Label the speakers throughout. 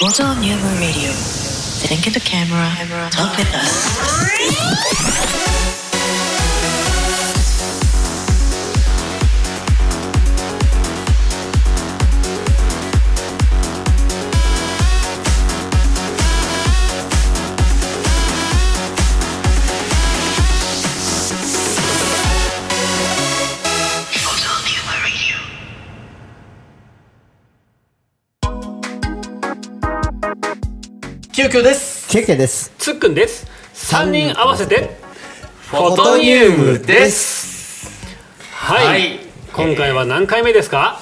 Speaker 1: Gozo Nuevo Radio. Didn't get the camera. Talk with us.
Speaker 2: 急遽です
Speaker 3: ケケです。
Speaker 4: つっくんです3人合わせてフ
Speaker 3: ォ
Speaker 4: ォ
Speaker 3: ト
Speaker 4: ト
Speaker 3: ニ
Speaker 4: ニ
Speaker 3: ウ
Speaker 4: ウ
Speaker 3: ム
Speaker 4: ム
Speaker 3: で
Speaker 4: ですはい、
Speaker 2: はい
Speaker 4: 今回は何回目ですか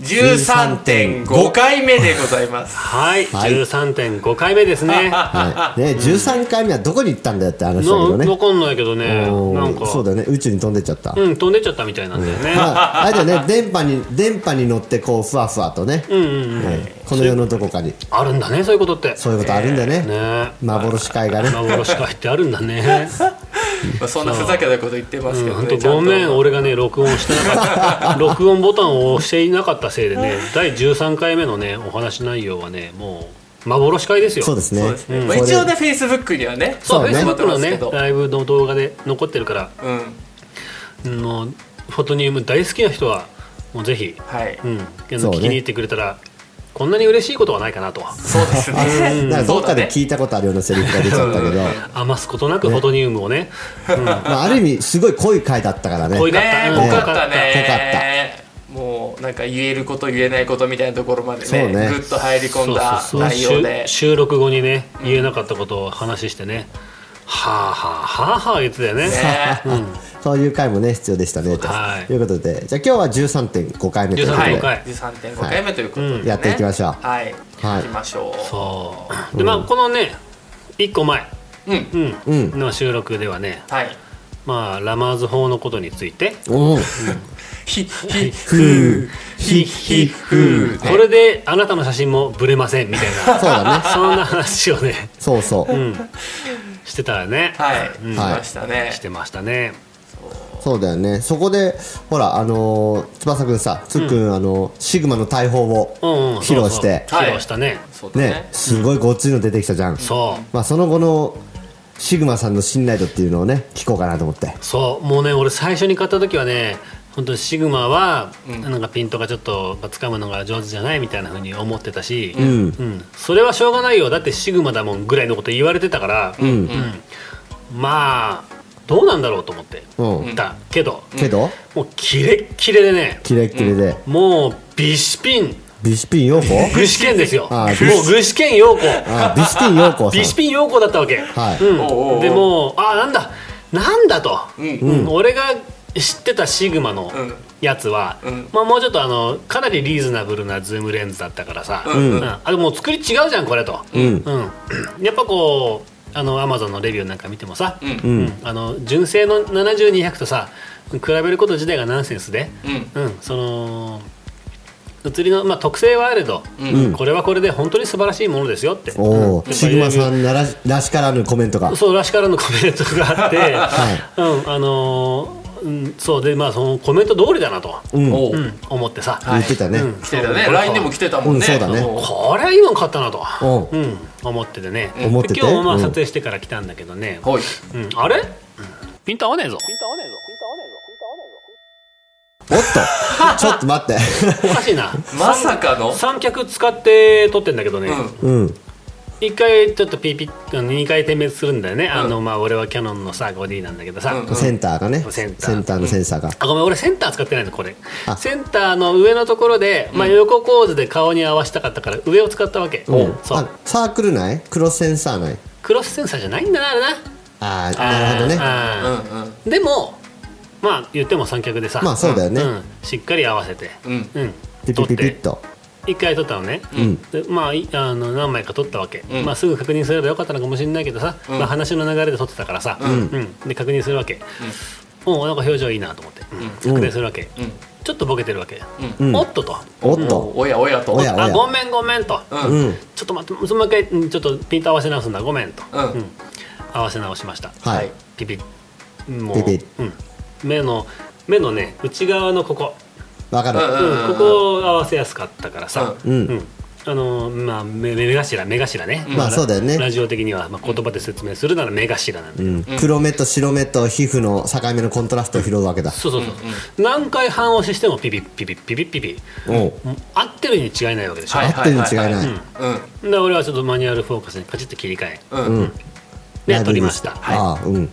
Speaker 2: 13.5回目でございます
Speaker 4: はい、
Speaker 3: はい
Speaker 4: 13.5回目ですね
Speaker 3: はい。ね、十三回目はどこに行ったんだよって話だけど
Speaker 4: の
Speaker 3: ね。
Speaker 4: わかんないけどね
Speaker 3: うん
Speaker 4: なんか
Speaker 3: そうだよね。宇宙に飛んでっちゃった。
Speaker 4: うん飛んでっちゃったみたいなんだよね、
Speaker 3: まあ、あれだよね、電波に、電波に乗って、こう、ふわふわとね、はいこの世のどこかに、
Speaker 4: あるんだねそういうことって
Speaker 3: そういうことあるんだよね。
Speaker 4: ね
Speaker 3: 幻界がね。
Speaker 4: 幻会ってあるん だね
Speaker 2: まあそんなふざけたこと言ってます
Speaker 4: う
Speaker 2: け
Speaker 4: ん
Speaker 2: ど
Speaker 4: 本
Speaker 2: ね、
Speaker 4: 当
Speaker 2: ちゃん
Speaker 4: ご
Speaker 2: と
Speaker 4: めん俺がね録音してなか った録音ボタンを押していなかったせいでね第13回目のねお話内容はねもう幻会ですよ
Speaker 3: そうですね。
Speaker 2: そうですね、
Speaker 3: こ
Speaker 2: まあ、
Speaker 3: れ
Speaker 2: 一応ねフェイスブックにはね
Speaker 4: そう
Speaker 3: そうね
Speaker 4: フェイスブックの
Speaker 2: 残っ
Speaker 4: ね
Speaker 2: てますけど
Speaker 4: ライブの動画で残ってるから
Speaker 2: うん
Speaker 4: もうフォトニウム大好きな人はもうぜひ、
Speaker 2: はい、
Speaker 4: うん、あ
Speaker 3: そう
Speaker 4: の
Speaker 3: ね
Speaker 4: 聞きに行ってくれたら、こんなに嬉しいことはないかなと
Speaker 2: そうです
Speaker 3: あ
Speaker 2: ね
Speaker 3: なんかどっかで
Speaker 2: そう
Speaker 3: 聞いたことあるようなセリフが出ちゃったけど、
Speaker 4: 余すことなくフォトニウムをね
Speaker 3: まあ、ある意味、すごい濃い回だったからね。
Speaker 4: 濃い
Speaker 2: だね
Speaker 4: 回うん
Speaker 2: ね濃かった
Speaker 3: 濃かっ
Speaker 2: ねもうなんか言えること言えないことみたいなところまで
Speaker 3: そう
Speaker 2: ね
Speaker 3: ね
Speaker 2: ぐっと入り込んだ
Speaker 4: そうそう
Speaker 2: 内
Speaker 4: そう
Speaker 2: 容
Speaker 4: 収
Speaker 2: で
Speaker 4: 収録後にね言えなかったことを話してね、はあはあはあはあ言ってたよね
Speaker 2: ね
Speaker 3: そういう回もね、必要でしたね、と
Speaker 4: はい
Speaker 3: いうことで、じゃあ今日は13.5回目ということ
Speaker 4: は
Speaker 3: で
Speaker 4: 13.5い回
Speaker 2: 13.5回目ということで、ね
Speaker 3: やっていきましょう
Speaker 2: はい、
Speaker 3: はい
Speaker 2: いきましょう
Speaker 4: そうでまあこのね1個前、
Speaker 2: うん
Speaker 4: うん
Speaker 3: うん
Speaker 4: の収録ではね、
Speaker 2: はい
Speaker 4: まあ、ラマーズ法のことについて
Speaker 3: うん。
Speaker 2: ひひふーひひふー
Speaker 4: これであなたの写真もブレませんみたい な
Speaker 3: そうだね。
Speaker 4: そんな話をね、
Speaker 3: そうそう。
Speaker 4: うん、してたよね、
Speaker 2: はい、
Speaker 4: うん
Speaker 2: しましたね
Speaker 4: してましたね
Speaker 3: そうだよね。そこで、ほら、あのー、翼くんさ、つっくん、あのー、シグマの大砲を
Speaker 4: うんうん
Speaker 3: 披露して、
Speaker 4: そうそう披露したね、
Speaker 2: そうだね
Speaker 3: ね、すごいごっついの出てきたじゃん。
Speaker 4: そ
Speaker 3: まあ、その後の、シグマさんの信頼度っていうのをね、聞こうかなと思って。
Speaker 4: うそうもうね俺最初に買った時はね本当にシグマは、なんかピントがちょっと掴むのが上手じゃないみたいな風に思ってたし、うん
Speaker 3: ん。
Speaker 4: それはしょうがないよだってシグマだもんぐらいのこと言われてたから、うんまあどうなんだろうと思って
Speaker 3: うん。
Speaker 4: たけど、
Speaker 3: けど、
Speaker 4: もうキレッキレでね
Speaker 3: キレッキレで、
Speaker 4: もうビシピン
Speaker 3: ビシュピン陽子
Speaker 4: 具志堅ですよも
Speaker 3: あ
Speaker 4: う
Speaker 3: ービシ
Speaker 4: 具志堅陽子
Speaker 3: あビシュピン陽子さん
Speaker 4: ビ。シピン陽子だったわけ、
Speaker 3: はい
Speaker 4: うん
Speaker 2: おうおうおう
Speaker 4: でもうあーなんだなんだと、
Speaker 2: ん
Speaker 4: うん俺が知ってたシグマの
Speaker 2: ん
Speaker 4: やつは、
Speaker 2: ん
Speaker 4: まあ、もうちょっとあのかなりリーズナブルなズームレンズだったからさ、
Speaker 2: ん
Speaker 4: あでもう作り違うじゃんこれと、
Speaker 3: うん。
Speaker 4: うん やっぱこうあのアマゾンのレビューなんか見てもさ、
Speaker 2: ん
Speaker 4: うんあの純正の7200とさ比べること自体がナンセンスで、
Speaker 2: うん
Speaker 4: うん、その写りの、まあ、特性はあれど、これはこれで本当に素晴らしいものですよって
Speaker 3: お
Speaker 4: う
Speaker 3: ー
Speaker 4: ん
Speaker 3: シグマさんなららしからぬコメントが。
Speaker 4: そうらしからぬコメントがあっ て、
Speaker 3: は
Speaker 4: うんあのーうん、そうでまあそのコメント通りだなと、
Speaker 3: うん。
Speaker 2: おう、
Speaker 4: うん思ってさ、
Speaker 3: 言ってたね。
Speaker 4: うん
Speaker 2: 来てた
Speaker 4: そう
Speaker 2: ね LINE でも来てたもんね、
Speaker 3: うんそうだね
Speaker 2: も
Speaker 4: これはいいもん買ったなと、
Speaker 3: おう
Speaker 4: うん、思っててね
Speaker 3: 思ってて
Speaker 4: で今日も
Speaker 3: う
Speaker 4: まあ
Speaker 3: ん
Speaker 4: 撮影してから来たんだけどね、
Speaker 2: ほい
Speaker 4: うん、あれ、ピント合わねえぞピント合わねえぞ
Speaker 3: おっと、 ちょっと 待って。
Speaker 4: おか しいな
Speaker 2: まさかの
Speaker 4: 三脚使って撮ってんだけどね、
Speaker 2: う
Speaker 3: うん。
Speaker 4: 一回ちょっとピーピッ2回点滅するんだよね、あのまあ俺はキャノンのさ 5D なんだけどさ、
Speaker 2: うん
Speaker 3: センターがね。
Speaker 4: センター
Speaker 3: のセンサーが。
Speaker 4: あごめん俺センター使ってないのこれ
Speaker 3: あ
Speaker 4: センターの上のところで、まあ、横構図で顔に合わせたかったから上を使ったわけ、
Speaker 3: うん
Speaker 4: そ
Speaker 3: あ
Speaker 4: う
Speaker 3: サークル内クロスセンサー内
Speaker 4: クロスセンサーじゃないんだなあれな
Speaker 3: ああなるほどね
Speaker 2: んう
Speaker 4: あ
Speaker 2: んうん
Speaker 4: ーでもまあ言っても三脚でさ
Speaker 3: まあそうだよね
Speaker 4: んしっかり合わせて
Speaker 2: うん
Speaker 4: うん
Speaker 3: ピ
Speaker 4: 撮っ
Speaker 3: ピピピ
Speaker 4: て
Speaker 3: ッと
Speaker 4: 一回撮ったのね、
Speaker 3: ん
Speaker 4: でまあいあの何枚か撮ったわけ、
Speaker 2: うん
Speaker 4: まあ、すぐ確認すればよかったのかもしれないけどさ、
Speaker 2: うん
Speaker 4: まあ、話の流れで撮ってたからさ、
Speaker 2: うん
Speaker 4: うんで確認するわけ、もうなんか表情いいなと思って、うん確認するわけ、
Speaker 2: ん
Speaker 4: ちょっとボケてるわけ、
Speaker 3: うん
Speaker 4: おっとと、
Speaker 3: おっ
Speaker 2: も
Speaker 3: と
Speaker 2: うおやおやと
Speaker 3: おや
Speaker 4: あごめんごめんと、
Speaker 2: うん
Speaker 3: う
Speaker 2: うん
Speaker 3: ん
Speaker 4: ちょっと待ってもう一回うんちょっとピント合わせ直すんだごめんと、
Speaker 2: うん
Speaker 4: 合わせ直しました、
Speaker 3: はい
Speaker 4: ピピもう
Speaker 3: ピピ
Speaker 4: うん、目の目のね内側のここ、
Speaker 3: わかる
Speaker 2: うん
Speaker 4: うんここを合わせやすかったからさ、
Speaker 3: うん
Speaker 4: うんあのまあ目目頭目頭ね、
Speaker 3: まあそうだよね
Speaker 4: ラジオ的には、まあ、言葉で説明するなら目頭なんで、
Speaker 3: うん黒目と白目と皮膚の境目のコントラストを拾うわけだ
Speaker 4: そうそうそう、何回半押ししてもピピピピピピピピ
Speaker 3: おう
Speaker 4: 合ってるに違いないわけでしょ、
Speaker 2: は
Speaker 3: 合
Speaker 2: い
Speaker 3: ってるに違いない
Speaker 4: だから俺はちょっとマニュアルフォーカスにカチッと切り替え
Speaker 2: うんうんうん
Speaker 4: で撮りました、
Speaker 2: はい
Speaker 3: ああうん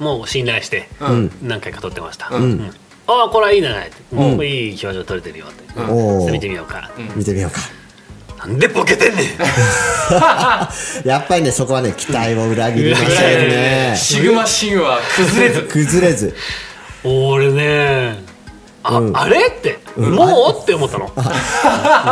Speaker 4: もう信頼して
Speaker 2: うん
Speaker 4: 何回か撮ってました、
Speaker 2: うん
Speaker 4: うんああこれはいいじゃないって、もういい表情撮れてるよって、
Speaker 2: ん
Speaker 3: おう
Speaker 4: 見てみようか、
Speaker 3: 見てみようか
Speaker 4: なんでボケてんねん
Speaker 3: やっぱりねそこはね期待を裏切りまし
Speaker 4: 裏切
Speaker 3: た
Speaker 4: ら
Speaker 3: よ
Speaker 4: れる
Speaker 3: ね
Speaker 2: シグマシンは崩れず
Speaker 3: 崩れ ず
Speaker 4: 俺ねあ,、
Speaker 3: うん
Speaker 4: あれって、
Speaker 3: ん
Speaker 4: もうって思ったの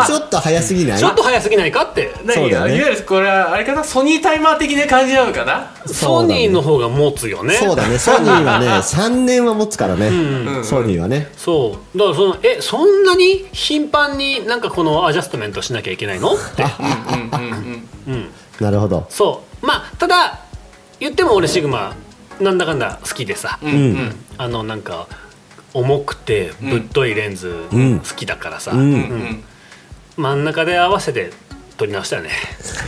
Speaker 3: ちょっと早すぎない
Speaker 4: ちょっと早すぎないかって
Speaker 3: そう
Speaker 2: 何
Speaker 3: だよ
Speaker 2: が
Speaker 3: ね
Speaker 2: いわゆるこれはあれかなソニータイマー的な感じなのかな
Speaker 4: ソニーの方が持つよね
Speaker 3: そうだねソニーはね3年は持つからね
Speaker 2: うん
Speaker 3: ソニーはね
Speaker 4: そうだからそのえそんなに頻繁になんかこのアジャストメントしなきゃいけないのって、
Speaker 2: うんうんうん
Speaker 4: うん、
Speaker 3: なるほど
Speaker 4: そうまあただ言っても俺シグマなんだかんだ好きでさ、
Speaker 2: うんうん
Speaker 4: あのなんか重くてぶっといレンズ
Speaker 3: ん
Speaker 4: 好きだからさ、
Speaker 3: うん
Speaker 2: うんうん
Speaker 4: 真ん中で合わせて撮り直したよね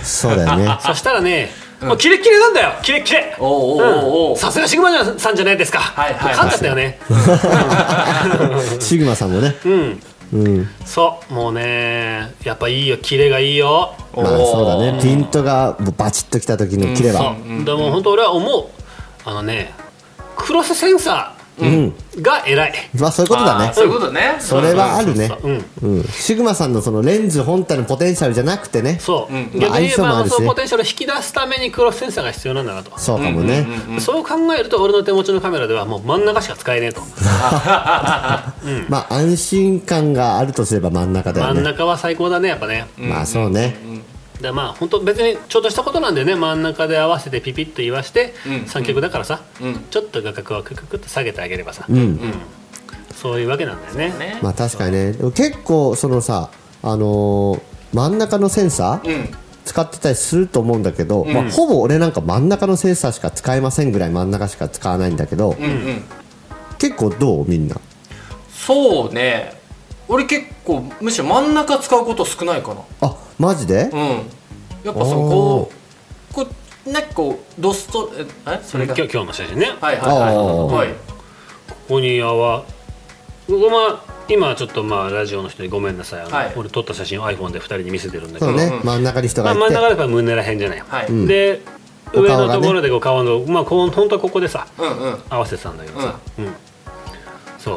Speaker 3: そうだよね
Speaker 4: そしたらね、もうキレッキレなんだよキレッキレ
Speaker 2: おうおうおうお
Speaker 4: う
Speaker 2: うん
Speaker 4: さすがシグマさんじゃないですか、
Speaker 2: はいはいはい
Speaker 4: 勝っちゃったよね、
Speaker 3: シグマさんもね
Speaker 4: うん
Speaker 3: うん
Speaker 4: そうもうねやっぱいいよキレがいいよ
Speaker 2: お
Speaker 3: まあそうだ
Speaker 2: う
Speaker 3: ね
Speaker 2: ん
Speaker 3: ピントがバチッときた時の切れば
Speaker 2: そう
Speaker 4: でも本当俺は思うあのねクロスセンサ
Speaker 3: うん
Speaker 4: ーが偉い、
Speaker 3: まあそういうことだ
Speaker 2: あ
Speaker 3: ね
Speaker 2: ーそういうことね
Speaker 3: それはあるね
Speaker 4: うん
Speaker 3: うんシグマさんのそのレンズ本体のポテンシャルじゃなくてね
Speaker 4: そう、
Speaker 2: うん
Speaker 4: 逆に言え
Speaker 3: まあ相性もあ
Speaker 4: ば
Speaker 3: るしね
Speaker 4: そのポテンシャルを引き出すためにクロスセンサーが必要なんだなと、
Speaker 3: そうかもね
Speaker 2: うんうんうんうん
Speaker 4: そう考えると俺の手持ちのカメラではもう真ん中しか使えねえと、
Speaker 3: まあ安心感があるとすれば真ん中だ
Speaker 4: 真
Speaker 3: よ
Speaker 4: ん
Speaker 3: ね
Speaker 4: 中は最高だねやっぱね
Speaker 3: まあそうね
Speaker 4: でまあ本当別にちょっとしたことなんでね真ん中で合わせてピピッと言わして、
Speaker 2: うん
Speaker 4: 三脚だからさ、
Speaker 2: うん
Speaker 4: ちょっと画角はクククッと下げてあげればさ、
Speaker 3: うん
Speaker 4: そういうわけなんだよね
Speaker 2: ね
Speaker 3: まあ確かにねでも結構そのさあのー真ん中のセンサ
Speaker 2: う
Speaker 3: ー
Speaker 2: ん
Speaker 3: 使ってたりすると思うんだけど、ま
Speaker 2: う
Speaker 3: あ、
Speaker 2: ん
Speaker 3: ほぼ俺なんか真ん中のセンサーしか使えませんぐらい真ん中しか使わないんだけど、
Speaker 2: うんうん
Speaker 3: 結構どうみんな
Speaker 2: そうね俺結構むしろ真ん中使うこと少ないかな
Speaker 3: あマジで、
Speaker 2: うんやっぱそのこうこうなんかこうドストええそれが
Speaker 4: 今日今日の写真ね、
Speaker 2: はいはいはいはい
Speaker 4: ここにあわ僕は今ちょっとまあラジオの人にごめんなさいあの、
Speaker 2: はい
Speaker 4: 俺撮った写真を iPhone で2人に見せてるんだけ
Speaker 3: そ
Speaker 4: ど、
Speaker 3: うね、
Speaker 2: うんうん
Speaker 3: 真ん中に人
Speaker 4: ま
Speaker 3: が
Speaker 4: あ、
Speaker 3: いて、
Speaker 4: 真ん中だから胸らへんじゃない、
Speaker 2: はい
Speaker 3: ん
Speaker 4: で
Speaker 3: お
Speaker 4: 上
Speaker 3: 顔がね
Speaker 4: のところでこう顔の、まあ、こう本当はここでさ
Speaker 2: うんうん
Speaker 4: 合わせてたんだけどさ、うんそ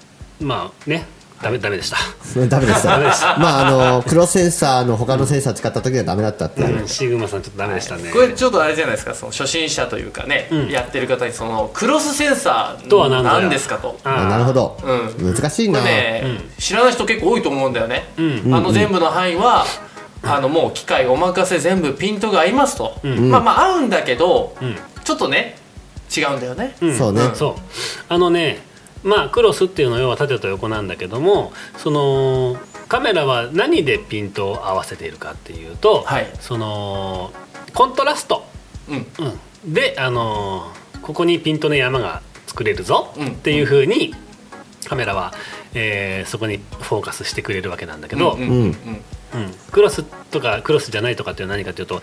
Speaker 4: うまあねダメダメでした、
Speaker 3: うんダメでした
Speaker 4: ダメでした
Speaker 3: まああのー黒センサーの他のセンサー使った時はダメだったっていう、
Speaker 4: うんシグマさんちょっとダメでしたね、
Speaker 2: これちょっとあれじゃないですかその初心者というかね、
Speaker 4: うん
Speaker 2: やってる方にそのクロスセンサー
Speaker 4: とは何だよ
Speaker 2: なんですかとこ
Speaker 3: あなるほど、
Speaker 2: う
Speaker 3: 難しいな、
Speaker 2: れね、知らない人結構多いと思うんだよね、
Speaker 4: うん
Speaker 2: あの全部の範囲は、あのもう機械お任せ全部ピントが合いますと、まあまあ合うんだけど、
Speaker 4: ん
Speaker 2: ちょっとね違うんだよね、
Speaker 4: うん
Speaker 3: そうね、
Speaker 2: うん
Speaker 4: そうあのねまあクロスっていうのは要は縦と横なんだけどもそのカメラは何でピントを合わせているかっていうと、
Speaker 2: はい
Speaker 4: そのコントラスト、
Speaker 2: うん
Speaker 4: うんであのーここにピントの山が作れるぞ
Speaker 2: うん
Speaker 4: っていう風にカメラは、えーそこにフォーカスしてくれるわけなんだけど、
Speaker 2: うんうん
Speaker 4: うんクロスとかクロスじゃないとかっていうのは何かっていうと、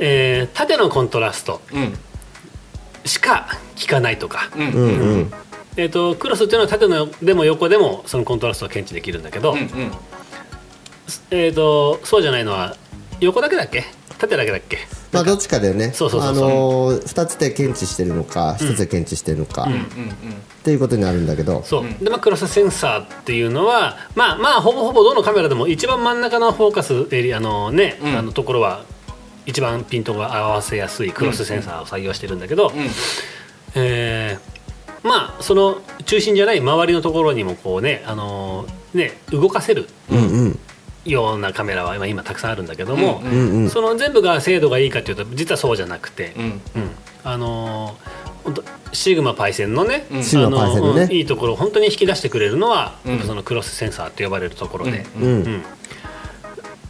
Speaker 4: えー縦のコントラスト
Speaker 2: うん
Speaker 4: しか効かないとか、
Speaker 2: うん
Speaker 3: う
Speaker 2: うん
Speaker 3: んうん
Speaker 4: えー、とクロスっていうのは縦のでも横でもそのコントラストは検知できるんだけど、
Speaker 2: うん
Speaker 4: えー、とそうじゃないのは横だけだっけ縦だけだっけ
Speaker 3: まあどっちかだよね
Speaker 4: そうそうそうそう
Speaker 3: あのー、2つで検知してるのか1つで検知してるのか、っていうことになるんだけど
Speaker 4: そ
Speaker 2: う
Speaker 4: う、
Speaker 2: ん
Speaker 4: でまあクロスセンサーっていうのはまあまあほぼほぼどのカメラでも一番真ん中のフォーカスエリアのね、
Speaker 2: うん
Speaker 4: あのところは一番ピントが合わせやすいクロスセンサーを採用してるんだけど、
Speaker 2: うん
Speaker 4: えーまあその中心じゃない周りのところにもこうね,、あのーね動かせる
Speaker 3: うんうん
Speaker 4: ようなカメラは今今たくさんあるんだけども、
Speaker 2: うん
Speaker 3: うんうん
Speaker 4: その全部が精度がいいかというと実はそうじゃなくて、
Speaker 2: うんうん
Speaker 4: うんあのーほんとシグマパイセンのね、
Speaker 2: うん
Speaker 4: あ
Speaker 3: シグマパイセンの
Speaker 4: の
Speaker 3: ね
Speaker 4: うんいいところを本当に引き出してくれるのは、
Speaker 2: うん
Speaker 4: やっぱそのクロスセンサーと呼ばれるところで、
Speaker 2: う
Speaker 3: うん、
Speaker 4: うん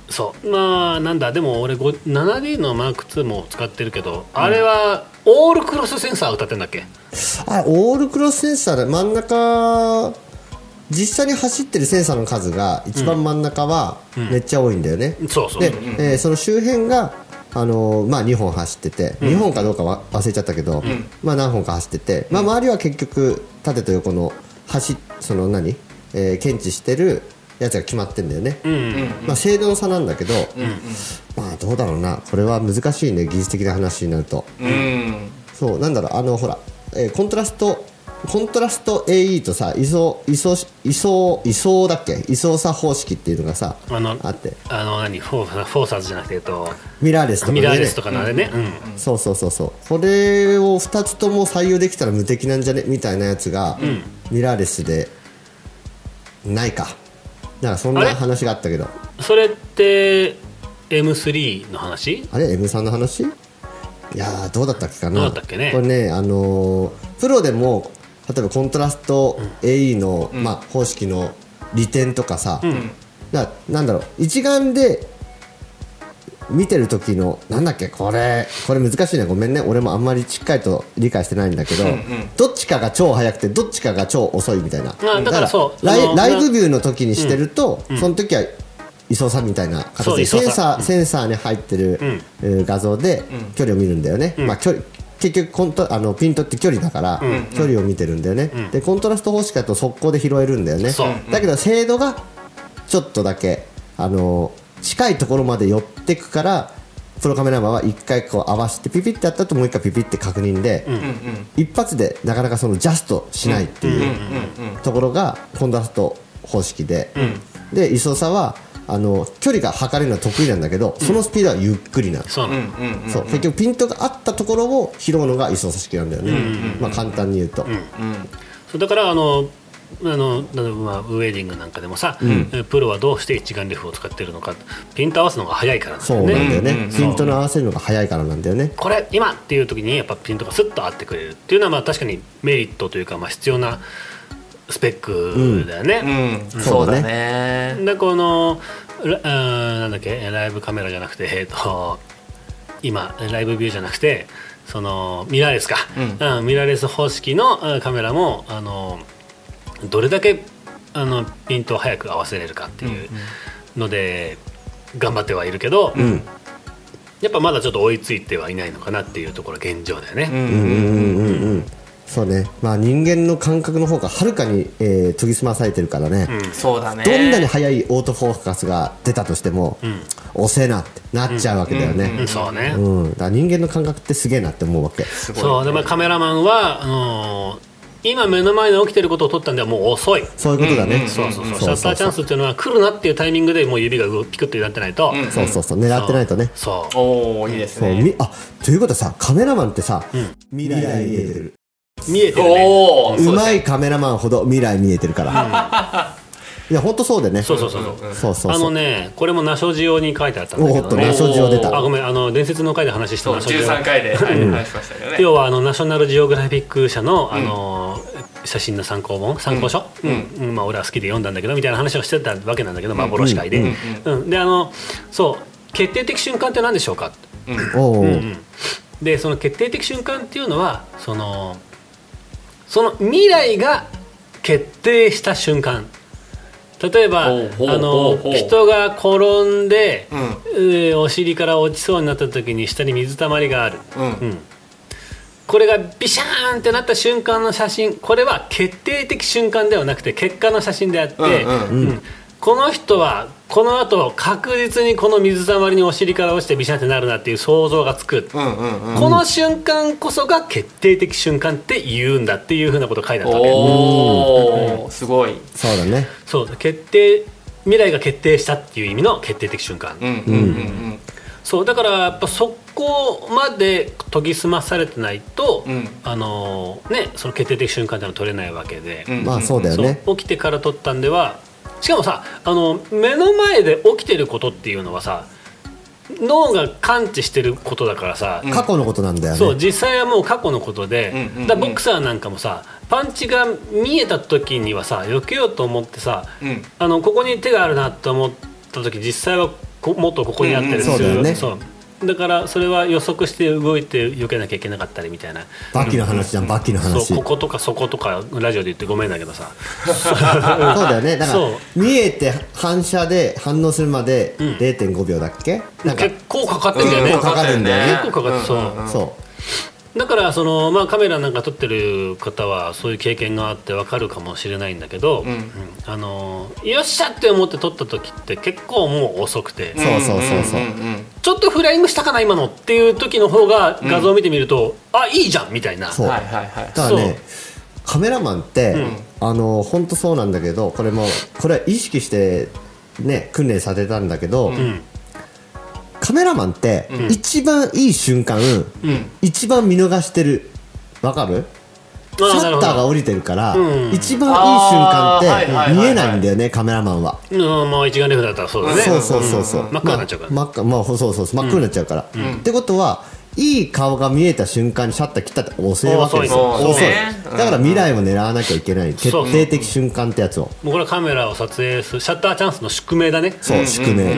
Speaker 4: そうまあなんだでも俺ご 7D の Mark2 も使ってるけど、あれはオールクロスセンサー歌ってんだっけ
Speaker 3: あオールクロスセンサーだ真ん中実際に走ってるセンサーの数が一番真ん中はめっちゃ多いんだよね、
Speaker 4: そうそう
Speaker 3: で、えーその周辺が、あのーまあ、2本走ってて、2本かどうかは忘れちゃったけど、まあ、何本か走ってて、まあ、周りは結局縦と横の走その何、えー検知してるやつが決まってんだよね、
Speaker 4: うん
Speaker 3: まあ、精度の差なんだけど、まあどうだろうなこれは難しいね技術的な話になると
Speaker 2: うん
Speaker 3: そうなんだろうあのほら、えーコントラストコントラスト AE とさ位相位相位相位相だっけ位相差方式っていうのがさ
Speaker 4: あの
Speaker 3: あって
Speaker 4: あの何フォーフォーサーズじゃなくてえっと
Speaker 3: ミラーレスとかね
Speaker 4: ミラーレスとかのあれねうん
Speaker 3: そうそうそうそうこれを2つとも採用できたら無敵なんじゃねみたいなやつが、ミラーレスでないかなんかそん
Speaker 4: あれ
Speaker 3: な話があったけど
Speaker 4: それって M3 の話
Speaker 3: あれ M さんの話いやーどうだったっけかな
Speaker 4: どうだったっけね
Speaker 3: これね、あのープロでも例えばコントラスト AE の、まあ、方式の利点とかさ、
Speaker 4: ん
Speaker 3: ななんだろう一眼で見てる時のなんだっけこれこれ難しいねごめんね俺もあんまりしっかりと理解してないんだけど、どっちかが超速くてどっちかが超遅いみたいな
Speaker 4: だからそう
Speaker 3: ラ
Speaker 4: その
Speaker 3: イライブビューの時にしてると、その時は磯さみたいな形
Speaker 4: そう
Speaker 3: で
Speaker 4: 磯
Speaker 3: セ
Speaker 4: さ
Speaker 3: ンサーセンサーに入ってる、
Speaker 4: ん
Speaker 3: えー画像で距離を見るんだよね、まあ、距離結局コントあのピントって距離だから距離を見てるんだよね、でコントラスト方式だと速攻で拾えるんだよね
Speaker 4: そう
Speaker 3: だけど精度がちょっとだけあの近いところまで寄ってくからプロカメラマンは1回こう合わせてピピってやったともう1回ピピって確認で、一発でなかなかそのジャストしないっていうところがコントラスト方式で、で磯さはあの距離が測れるのは得意なんだけどそのスピードはゆっくりなの、
Speaker 4: そうなの
Speaker 3: そう結局ピントがあったところを拾うのが磯さ式なんだよね、まあ、簡単に言うと、
Speaker 4: そうだからあのあのなまあ、ウェディングなんかでもさ、えプロはどうして一眼レフを使ってるのかピント合わすのが早いからなんだ
Speaker 3: そう
Speaker 4: よ
Speaker 3: なん
Speaker 4: ね
Speaker 3: だよね、
Speaker 4: そう
Speaker 3: ピントの合わせるのが早いからなんだよね
Speaker 4: これ今っていう時にやっぱピントがスッと合ってくれるっていうのはまあ確かにメリットというかまあ必要なスペックだよね、
Speaker 2: うん
Speaker 3: そ
Speaker 2: そうう
Speaker 3: だ
Speaker 2: だ
Speaker 3: ね
Speaker 2: ね
Speaker 4: でこのラあーなんだっけライブカメラじゃなくてえっと今ライブビューじゃなくてそのミラーレスか、うんミラーレス方式のあカメラもあのどれだけあのピントを早く合わせれるかっていうので頑張ってはいるけど、
Speaker 3: ん
Speaker 4: やっぱまだちょっと追いついてはいないのかなっていうところが現状だよね。
Speaker 2: うん
Speaker 3: うんうんうんうんそうねまあ人間の感覚の方がはるかに、えー研ぎ澄まされてるからね、
Speaker 2: そうだね
Speaker 3: どんなに速いオートフォーカスが出たとしても、遅えなってなっちゃうわけだよね、
Speaker 4: うんそうね、
Speaker 3: うん、だから人間の感覚ってすげえなって思うわけ
Speaker 2: すごい
Speaker 4: そうでまあカメラマンはあのー今目の前で起きてることを撮ったんではもう遅い
Speaker 3: そういうことだね、
Speaker 4: そうそうそうシ
Speaker 3: そう
Speaker 4: ャッタ
Speaker 3: そ
Speaker 4: ー
Speaker 3: う
Speaker 4: チャンスっていうのは来るなっていうタイミングでもう指が動くピクッとなってないと、
Speaker 3: そうそうそう狙ってないとね
Speaker 4: そ
Speaker 2: おおいいです
Speaker 3: そう
Speaker 2: ね
Speaker 3: みあということはさカメラマンってさ、未来見えてる
Speaker 4: う見えてるね
Speaker 2: おお
Speaker 3: うま
Speaker 2: い
Speaker 3: いカメラマンほど未来見えてるから、いやほんとそうでね
Speaker 4: そうそうそうそう
Speaker 3: そうそう
Speaker 4: あ
Speaker 3: そ
Speaker 4: の
Speaker 3: う
Speaker 4: ねこれもナショジオに書いてあったんだ
Speaker 3: お
Speaker 4: け
Speaker 3: っ
Speaker 4: ど
Speaker 3: と
Speaker 4: ね
Speaker 3: ナショジオ出た
Speaker 4: あごめんあの伝説の回で話した
Speaker 2: そう
Speaker 4: ナショジオ
Speaker 2: 13回ではい話しましたけどね
Speaker 4: 要はあのナショナルジオグラフィック社の、あの写真の参考本参考書、うんうんまあ、俺は好きで読んだんだけどみたいな話をしてたわけなんだけど幻会で、うんであのそう決定的瞬間って何でしょうか
Speaker 3: おうおう
Speaker 4: でその決定的瞬間っていうのはそのその未来が決定した瞬間例えばあ
Speaker 2: ほうほうほ
Speaker 4: の
Speaker 2: うほう
Speaker 4: 人が転んで、
Speaker 2: うん
Speaker 4: えーお尻から落ちそうになった時に下に水たまりがある、
Speaker 2: うん
Speaker 4: うんこれがビシャーンってなった瞬間の写真これは決定的瞬間ではなくて結果の写真であって、
Speaker 2: うん
Speaker 4: うんこの人はこの後確実にこの水たまりにお尻から落ちてビシャーンってなるなっていう想像がつく、
Speaker 2: うんうんうん
Speaker 4: この瞬間こそが決定的瞬間って言うんだっていうふうなことが書いてあったわけ
Speaker 2: おおすごい
Speaker 3: そうだね
Speaker 4: そう決定未来が決定したっていう意味の決定的瞬間、
Speaker 2: うんうんうん
Speaker 4: そうだからやっぱそこまで研ぎ澄まされてないと、
Speaker 2: うん
Speaker 4: あのーねその決定的瞬間ってのは取れないわけで、
Speaker 2: うん
Speaker 3: まあそうだよね
Speaker 4: そう起きてから撮ったんではしかもさあの目の前で起きてることっていうのはさ脳が感知してることだからさ、
Speaker 3: 過去のことなんだよね
Speaker 4: そう実際はもう過去のことで、
Speaker 2: うんうんうん
Speaker 4: だからボクサーなんかもさパンチが見えた時にはさ避けようと思ってさ、
Speaker 2: うん
Speaker 4: あのここに手があるなと思った時実際はこもっとここにあったりする、
Speaker 3: うんうんそうだよね
Speaker 4: そうだからそれは予測して動いて避けなきゃいけなかったりみたいな
Speaker 3: バキの話じゃんバキの話
Speaker 4: そうこことかそことかラジオで言ってごめんだけどさ
Speaker 3: そうだよねだから
Speaker 4: そう
Speaker 3: 見えて反射で反応するまで0.5秒だっけ、なんか
Speaker 4: 結構かかってるよ
Speaker 3: 結
Speaker 4: ね
Speaker 3: 構かかるんだよね
Speaker 4: 結構かかってそう
Speaker 3: そ
Speaker 4: だからその、まあ、カメラなんか撮ってる方はそういう経験があってわかるかもしれないんだけど、
Speaker 2: ん
Speaker 4: うんあのよっしゃって思って撮った時って結構もう遅くて、
Speaker 3: うそうそうそうそう、
Speaker 4: ちょっとフライングしたかな今のっていう時の方が画像を見てみると、あいいじゃんみたいな
Speaker 3: そう
Speaker 2: はいはいはい
Speaker 3: だからねカメラマンって、あの本当そうなんだけどこれもこれは意識してね訓練されたんだけど、
Speaker 4: ん
Speaker 3: カメラマンって、一番いい瞬間、一番見逃してるわかるシ
Speaker 4: あ
Speaker 3: ャ
Speaker 4: ーな
Speaker 3: ッ
Speaker 4: るほ
Speaker 3: ターが
Speaker 4: ど
Speaker 3: 降りてるから、
Speaker 4: うん
Speaker 3: 一番いい瞬間
Speaker 2: あーはいはいは
Speaker 3: っ
Speaker 2: いは
Speaker 3: て
Speaker 2: い
Speaker 3: 見えないんだよねカメラマンは。
Speaker 4: うんまあ一眼レフだったらそうだね
Speaker 3: そうそうそうそう、
Speaker 4: ん真っ赤になっちゃうから
Speaker 3: ま真っ赤まあそうそうそう真っ黒になっちゃうから、ってことはいい顔が見えた瞬間にシャッター切ったって遅いわけですよ
Speaker 2: 遅い
Speaker 3: 遅い
Speaker 2: そうね
Speaker 3: だから未来を狙わなきゃいけない決
Speaker 4: そう
Speaker 3: 定的瞬間ってやつを
Speaker 4: もうこれはカメラを撮影するシャッターチャンスの宿命だね
Speaker 3: そう宿命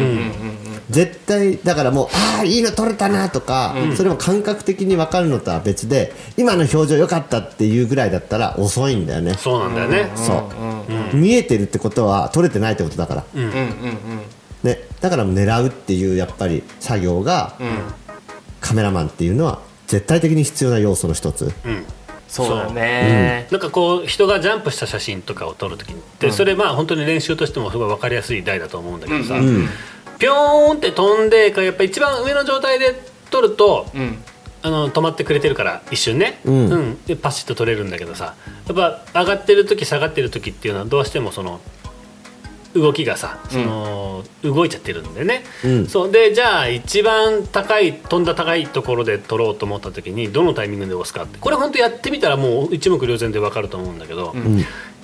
Speaker 3: 絶対だからもうああいいの撮れたなとか、それも感覚的に分かるのとは別で今の表情良かったっていうぐらいだったら遅いんだよね
Speaker 4: そうなんだよね、
Speaker 3: そう、見えてるってことは取れてないってことだから、ね、だから狙うっていうやっぱり作業が、カメラマンっていうのは絶対的に必要な要素の一つ、
Speaker 2: そうだね
Speaker 4: なんかこう人がジャンプした写真とかを撮るときって、それまあ本当に練習としてもすごい分かりやすい台だと思うんだけどさ、ピョーンって飛んでかやっぱ一番上の状態で撮ると、
Speaker 2: うん
Speaker 4: あの止まってくれてるから一瞬ね、
Speaker 3: ん
Speaker 4: でパシッと撮れるんだけどさやっぱ上がってる時下がってる時っていうのはどうしてもその動きがさその、動いちゃってるんでね、
Speaker 3: うん
Speaker 4: そうでじゃあ一番高い飛んだ高いところで撮ろうと思った時にどのタイミングで押すかってこれ本当やってみたらもう一目瞭然で分かると思うんだけど、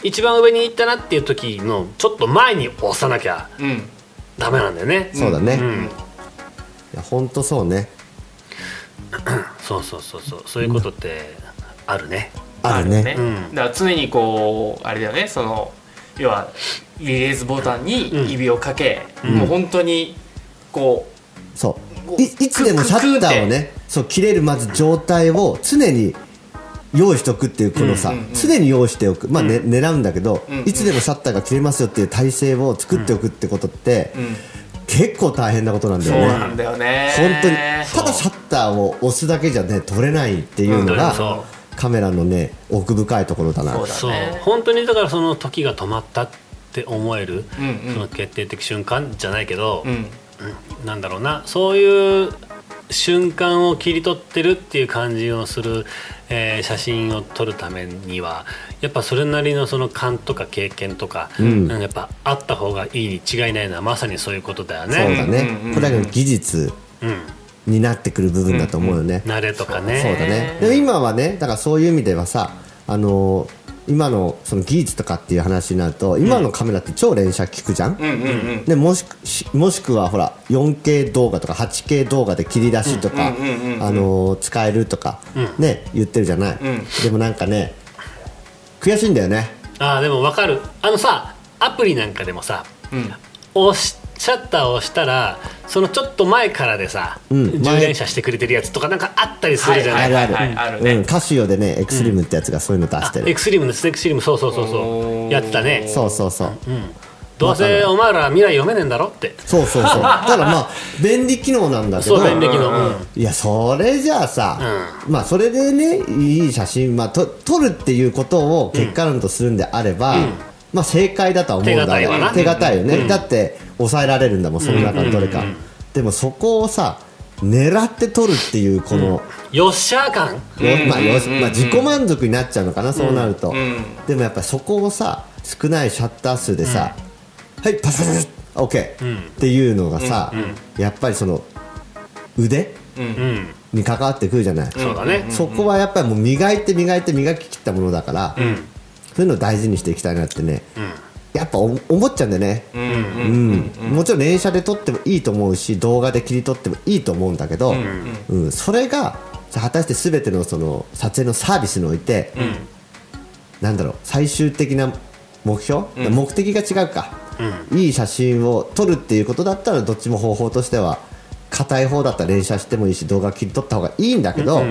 Speaker 4: 一番上に行ったなっていう時のちょっと前に押さなきゃ
Speaker 2: うん
Speaker 4: ダメなんだよね。
Speaker 3: そうだね、
Speaker 4: う
Speaker 3: い
Speaker 4: ん
Speaker 3: やほんとそうね
Speaker 4: そうそうそうそうそういうことってあるね。
Speaker 3: あるね
Speaker 2: だから常にこうあれだよねその要はリレーズボタンに指をかけ、もう本当にこ
Speaker 3: そう
Speaker 2: こう
Speaker 3: いいつでもシャッターをねそう切れるまず状態を常に用意しておくっていうこのさ、常に用意しておく、まあね狙うんだけど、いつでもシャッターが切れますよっていう体制を作っておくってことって、結構大変なことなん
Speaker 2: う
Speaker 3: だ
Speaker 2: そう
Speaker 3: よね。
Speaker 2: なんだよね
Speaker 3: 本当に
Speaker 2: そう
Speaker 3: ただシャッターを押すだけじゃね撮れないっていうのが、
Speaker 4: うんそ
Speaker 3: カメラのね奥深いところだな
Speaker 2: そうだ
Speaker 4: そう
Speaker 2: ね
Speaker 4: 本当にだからその時が止まったって思える、
Speaker 2: うんうん
Speaker 4: その決定的瞬間じゃないけど、
Speaker 2: うん
Speaker 4: うんなんだろうなそういう瞬間を切り取ってるっていう感じをする、えー写真を撮るためにはやっぱそれなりのその勘とか経験とか、
Speaker 3: ん
Speaker 4: なんかやっぱあった方がいいに違いないのはまさにそういうことだよ
Speaker 3: そうだ
Speaker 4: ね。
Speaker 3: ね、
Speaker 2: うんうんうん
Speaker 3: これは技術になってくる部分だと思うよね、
Speaker 4: 慣れとか
Speaker 3: そう
Speaker 4: ね
Speaker 3: だねでも今はねだからそういう意味ではさあのー今のその技術とかっていう話になると今のカメラって超連写効くじゃ
Speaker 2: う
Speaker 3: ん、
Speaker 2: んうんうん
Speaker 3: でもしくしもしくはほら 4K 動画とか 8K 動画で切り出しとか、
Speaker 2: うんうんうんうん
Speaker 3: あのー使えるとか、ね言ってるじゃない、
Speaker 2: ん
Speaker 3: でもなんかね悔しいんだよね
Speaker 4: あーでもわかるあのさアプリなんかでもさ、押しシャッターを押したらそのちょっと前からでさ、
Speaker 3: ん
Speaker 4: 充電車してくれてるやつとかなんかあったりするじゃない、
Speaker 2: は
Speaker 3: あ
Speaker 2: い
Speaker 3: るあ
Speaker 2: はいあ
Speaker 3: る
Speaker 2: るね
Speaker 3: うんカシオでねエクスリムってやつがそういうの出して
Speaker 4: エ
Speaker 3: る
Speaker 4: クスリムですエクスリムそうそうそうそうやってたね
Speaker 3: そうそうそう
Speaker 4: どうせお前ら未来読めねえんだろって
Speaker 3: そうそうそうだ からまあ便利機能なんだけど
Speaker 4: そう便利機能うん
Speaker 3: いやそれじゃあさ、まあそれでねいい写真、まあ、と撮るっていうことを結果論とするんであれば、まあ正解だとは思うんだ
Speaker 4: 手堅いわな
Speaker 3: 手堅いよね、だって抑えられるんだもんその中のどれか、でもそこをさ狙って撮るっていうこの、
Speaker 4: よっしゃー感
Speaker 3: よまあよしまあ、自己満足になっちゃうのかな、そうなると、でもやっぱそこをさ少ないシャッター数でさ、はいパスパスパス OK、っていうのがさ、やっぱりその腕
Speaker 4: うん
Speaker 3: に関わってくるじゃない、
Speaker 4: そうだね
Speaker 3: そこはやっぱりもう磨いて磨いて磨ききったものだから、そういうのを大事にしていきたいなってね、やっぱお思っちゃうんだよね、うんもちろん連写で撮ってもいいと思うし動画で切り取ってもいいと思うんだけど、うんそれがじゃあ果たして全てのその撮影のサービスにおいて、なんだろう最終的な目標、目的が違うか、いい写真を撮るっていうことだったらどっちも方法としては硬い方だったら連写してもいいし動画切り取った方がいいんだけど、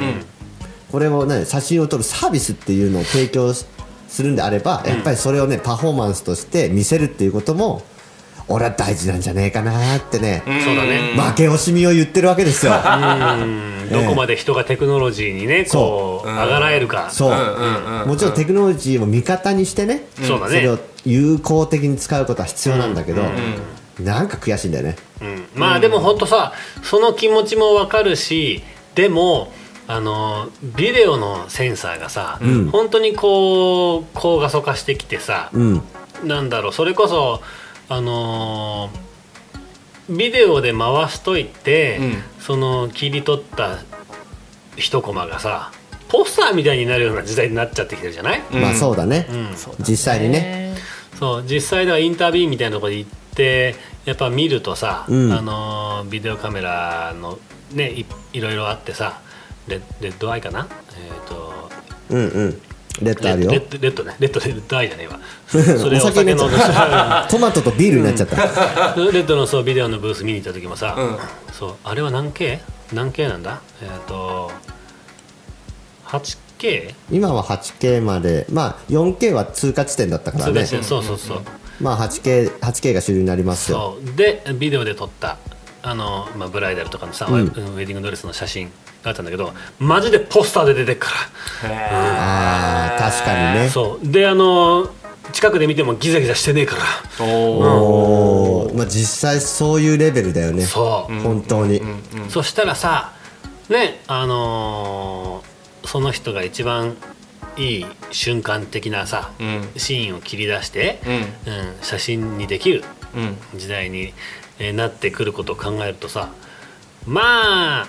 Speaker 3: これを、ね、写真を撮るサービスっていうのを提供しするんであればやっぱりそれを、ね、パフォーマンスとして見せるっていうことも俺は大事なんじゃねえかなってね、
Speaker 4: そうだね
Speaker 3: 負け惜しみを言ってるわけですよ。
Speaker 4: うんどこまで人がテクノロジーにねこうあがらえるか
Speaker 3: そう、もちろんテクノロジーを味方にしてね、
Speaker 4: そうだね
Speaker 3: れを有効的に使うことは必要なんだけど、なんか悔しいんだよね。
Speaker 4: うんまあでも本当さその気持ちもわかるしでもあのビデオのセンサーがさ、
Speaker 3: ん
Speaker 4: 本当にこう高画素化してきてさ、
Speaker 3: うん、
Speaker 4: なんだろうそれこそあのービデオで回しといて、
Speaker 2: う
Speaker 4: その切り取った一コマがさポスターみたいになるような時代になっちゃってきてるじゃない、
Speaker 2: うん
Speaker 3: まあそうだね、
Speaker 4: うん、
Speaker 2: そう
Speaker 3: 実際にね、
Speaker 4: そう実際ではインタビューみたいなところに行ってやっぱ見るとさ、
Speaker 3: うん
Speaker 4: あのービデオカメラのねいいろいろあってさレッレッドアイかなえっ、と
Speaker 3: うんうん、レッドある
Speaker 4: レッ
Speaker 3: よ
Speaker 4: レ。ッドレッドねレッドレッドアイじゃね えわそれお酒飲んで
Speaker 3: お 酒トマトとビールになっちゃった。
Speaker 4: レッドのそうビデオのブース見に行った時もさ、
Speaker 2: う
Speaker 4: そうあれは何 K? 何 K なんだえっ、と 8K?
Speaker 3: 今は 8K まで、まあ 4K は通過地点だったから
Speaker 4: そう
Speaker 3: ね。
Speaker 4: そうそうそうそう
Speaker 3: まあ 8K、8K が主流になりますよ。
Speaker 4: そうでビデオで撮ったあの、まあ、ブライダルとかのさ、
Speaker 3: うん
Speaker 4: ウェウェディングドレスの写真があったんだけどマジでポスターで出てっか
Speaker 3: ああ、確かに
Speaker 4: ら、
Speaker 3: ね。
Speaker 4: そうであの近くで見てもギザギザしてねえから
Speaker 3: おーまあ実際そういうレベルだよね。
Speaker 4: そう、
Speaker 3: 本当に。
Speaker 4: そしたらさねあのーその人が一番いい瞬間的なさ、
Speaker 2: ん
Speaker 4: シーンを切り出して、うん写真にできる
Speaker 2: うん
Speaker 4: 時代にえーなってくることを考えるとさまあ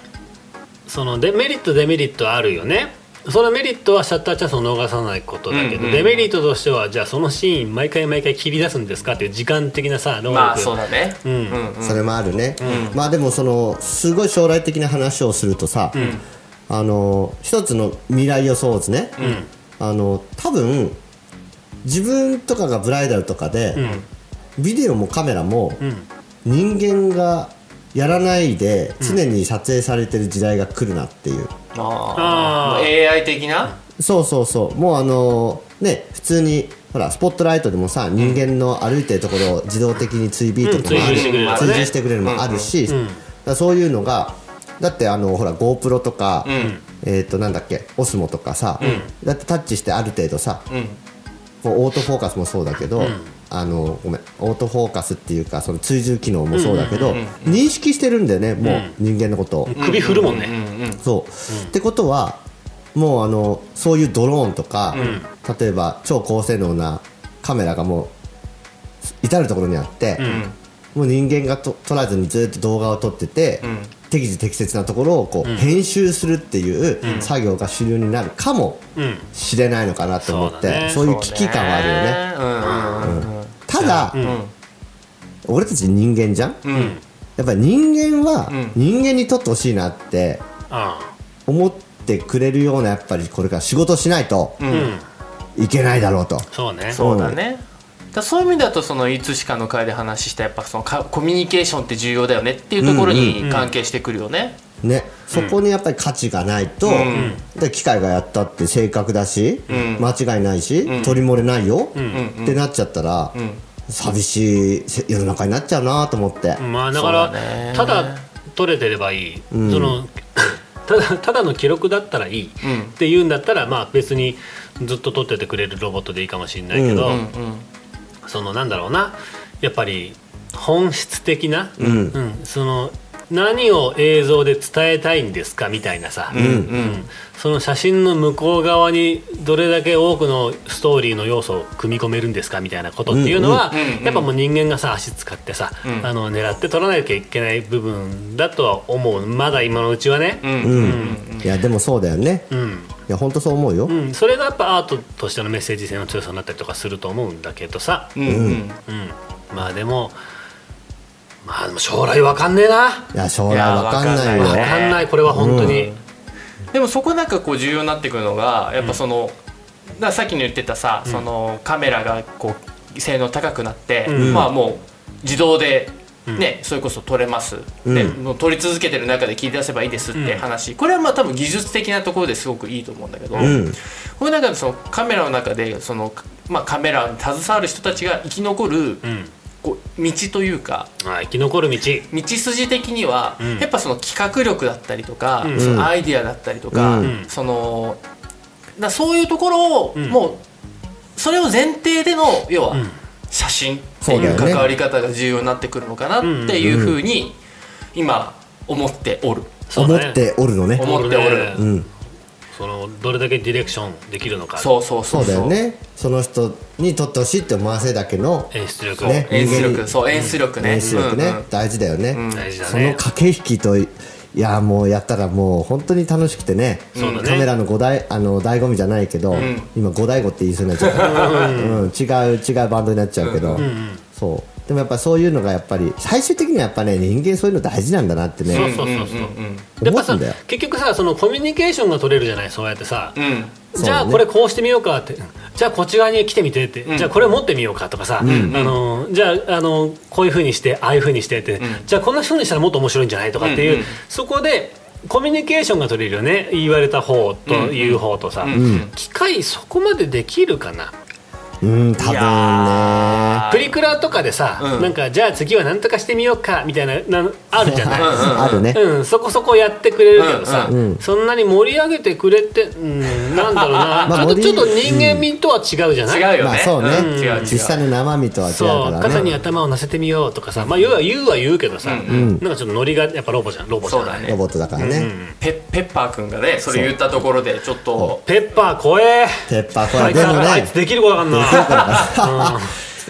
Speaker 4: そのデメリットデメリットあるよねそのメリットはシャッターチャンスを逃さないことだけ
Speaker 2: う
Speaker 4: ど、
Speaker 2: んうん
Speaker 4: デメリットとしてはじゃあそのシーン毎回毎回切り出すんですかっていう時間的なさ労力、
Speaker 2: まあそうだね
Speaker 4: うん
Speaker 3: それもあるね、まあでもそのすごい将来的な話をするとさ、あの一つの未来予想図ね、あの多分自分とかがブライダルとかで、ビデオもカメラも
Speaker 4: ん
Speaker 3: 人間がやらないで常に撮影されてる時代が来るなっていう、
Speaker 2: ああ AI 的な
Speaker 3: そうそうそうもうあのね普通にほらスポットライトでもさ人間の歩いてるところを自動的に追尾とかもあ
Speaker 4: うん
Speaker 3: る
Speaker 4: 追尾してくれるやつ
Speaker 3: 追
Speaker 4: ね
Speaker 3: 従してくれるのもあるし、だからそういうのがだってあのほら GoPro とか、
Speaker 2: ん
Speaker 3: えっ、となんだっけ OSMO とかさ、だってタッチしてある程度さ、
Speaker 2: うん
Speaker 3: こうオートフォーカスもそうだけど、あのごめんオートフォーカスっていうかその追従機能もそうだけど、認識してるんだよねもう人間のことを。
Speaker 4: 首振るもんね、
Speaker 3: そう、ってことはもうあのそういうドローンとか、例えば超高性能なカメラがもう至る所にあって、もう人間がと撮らずにずっと動画を撮ってて、適時適切なところをこう、編集するっていう作業が主流になるかも
Speaker 4: うん
Speaker 3: しれないのかなと思って、
Speaker 4: そうだね
Speaker 3: そういう危機感はある
Speaker 2: よ
Speaker 3: よね。
Speaker 2: ねうんうんうん
Speaker 3: ただ、俺たち人間じゃん、
Speaker 2: うんうん
Speaker 3: やっぱり人間は
Speaker 2: ん
Speaker 3: 人間に撮ってほしいなって
Speaker 4: あ
Speaker 3: 思ってくれるようなやっぱりこれから仕事をしないと
Speaker 4: あうん
Speaker 3: いけないだろうと、
Speaker 4: そうね
Speaker 2: そうだね、だそういう意味だとそのいつしかの会で話したやっぱそのかコミュニケーションって重要だよねっていうところに関係してくるよね。
Speaker 3: ね、そこにやっぱり価値がないと、で機械がやったって正確だし、間違いないし、取り漏れないよ、ってなっちゃったら、寂しいせ世の中になっちゃうなと思って、
Speaker 4: まあだから
Speaker 2: そうだね
Speaker 4: ただ取れてればいい、その ただただの記録だったらいい、っていうんだったらまあ別にずっと取っててくれるロボットでいいかもしれないけど、そのなんだろうなやっぱり本質的な、うんその何を映像で伝えたいんですかみたいなさ、うんその写真の向こう側にどれだけ多くのストーリーの要素を組み込めるんですかみたいなことっていうのは、やっぱもう人間がさ足使ってさ、あの狙って取らなきゃいけない部分だとは思うまだ今のうちはね、
Speaker 3: いやでもそうだよね、い
Speaker 4: うん
Speaker 3: や本当そう思うよ、
Speaker 4: うん、それがやっぱアートとしてのメッセージ性の強さになったりとかすると思うんだけどさ、
Speaker 2: うんうん
Speaker 4: うん、まあでもまあでも将来わかんねえな、
Speaker 3: いや将来わかんない
Speaker 2: いや
Speaker 3: よ
Speaker 2: わ
Speaker 4: わ
Speaker 2: ね
Speaker 4: かんないこれは本当に、
Speaker 2: でもそこなんかこう重要になってくるのがやっぱその、だからさっきの言ってたさ、そのカメラがこう性能高くなって、
Speaker 4: うん
Speaker 2: まあもう自動で
Speaker 4: うん
Speaker 2: ね、それこそ撮れます、
Speaker 3: うん
Speaker 2: でもう撮り続けてる中で切り出せばいいですって話、これはまあ多分技術的なところですごくいいと思うんだけど、
Speaker 3: うん
Speaker 2: この中でそのカメラの中でその、まあ、カメラに携わる人たちが生き残る
Speaker 4: うん
Speaker 2: こう道というか
Speaker 4: あ生き残る道
Speaker 2: 道筋的には、
Speaker 4: うん
Speaker 2: やっぱその企画力だったりとか、
Speaker 4: うん
Speaker 2: そのアイディアだったりとか、
Speaker 4: うん
Speaker 2: そのだそういうところを、
Speaker 4: うん
Speaker 2: もうそれを前提での要は、
Speaker 4: うん
Speaker 2: 写真っていう関わり方が重要になってくるのかなっていうふうに今思っておる。
Speaker 4: そう
Speaker 3: 思
Speaker 4: だね
Speaker 3: っておるのね
Speaker 2: 思っておる
Speaker 3: うん
Speaker 4: そのどれだけディレクションできるのか
Speaker 2: そうそうそ
Speaker 3: そううだよねその人にとってほしいって思わせだけの
Speaker 4: 演出力を、
Speaker 3: ね
Speaker 2: 演出
Speaker 3: 人間
Speaker 2: 力
Speaker 3: に
Speaker 2: そう演出力ね
Speaker 3: 演出力ね、
Speaker 2: うんうん
Speaker 3: 大事だよね、
Speaker 2: ん
Speaker 4: 大事だね
Speaker 3: その駆け引きといやもうやったらもう本当に楽しくてね
Speaker 4: そうだね
Speaker 3: カメラの五大あの醍醐味じゃないけど、
Speaker 2: ん
Speaker 3: 今五醍醐って言いそうになっちゃった、うん、違う違うバンドになっちゃうけど、そうでもやっぱそういうのがやっぱり最終的にはやっぱね人間そういうの大事なんだなってね
Speaker 4: そうそうそうそう
Speaker 2: うんうんうん
Speaker 4: やっぱ
Speaker 3: 思
Speaker 4: さ
Speaker 3: うんだよ
Speaker 4: 結局さそのコミュニケーションが取れるじゃないそうやってさ、
Speaker 2: うん
Speaker 3: そう
Speaker 4: じゃあ
Speaker 3: ね
Speaker 4: これこうしてみようかってじゃあこっち側に来てみてって、じゃあこれ持ってみようかとかさ、あのじゃああのこういうふうにしてああいうふうにしてって、じゃあこんなふうにしたらもっと面白いんじゃないとかっていう、
Speaker 2: うんうん
Speaker 4: そこでコミュニケーションが取れるよね言われた方と言う方とさ、
Speaker 2: ん
Speaker 4: 機械そこまでできるかな、
Speaker 2: い
Speaker 3: うん多分ね
Speaker 2: やー
Speaker 4: プリクラとかでさ、
Speaker 2: うん
Speaker 4: なんかじゃあ次は何とかしてみようかみたいななあるじゃない。
Speaker 3: あるね、
Speaker 4: うん、そこそこやってくれるけどさ、
Speaker 3: うんうん
Speaker 4: そんなに盛り上げてくれて、うん、なんだろうな、
Speaker 3: まあ
Speaker 4: ちょっと
Speaker 3: 盛り
Speaker 4: ちょっと人間味とは違うじゃない、
Speaker 2: 違うよね、
Speaker 3: まあそうね、
Speaker 2: ん違う違う
Speaker 3: 実際の生身とは違う
Speaker 4: そ
Speaker 3: か
Speaker 4: う
Speaker 3: ら
Speaker 4: 肩に
Speaker 3: ね
Speaker 4: 頭を乗せてみようとかさ、まあ、要は言うは言うけどさ、なんかちょっとノリがやっぱロボじゃんロボじゃ
Speaker 2: そう
Speaker 4: な
Speaker 2: だ
Speaker 4: い、
Speaker 2: ね
Speaker 3: ロボットだからね、
Speaker 2: ペペッパーくんがねそれ言ったところでちょっと
Speaker 4: ペッパー怖え
Speaker 3: 鉄板こ
Speaker 4: あ
Speaker 3: れ
Speaker 4: いつ
Speaker 3: でも
Speaker 4: あい
Speaker 3: ね
Speaker 4: つできることがあんな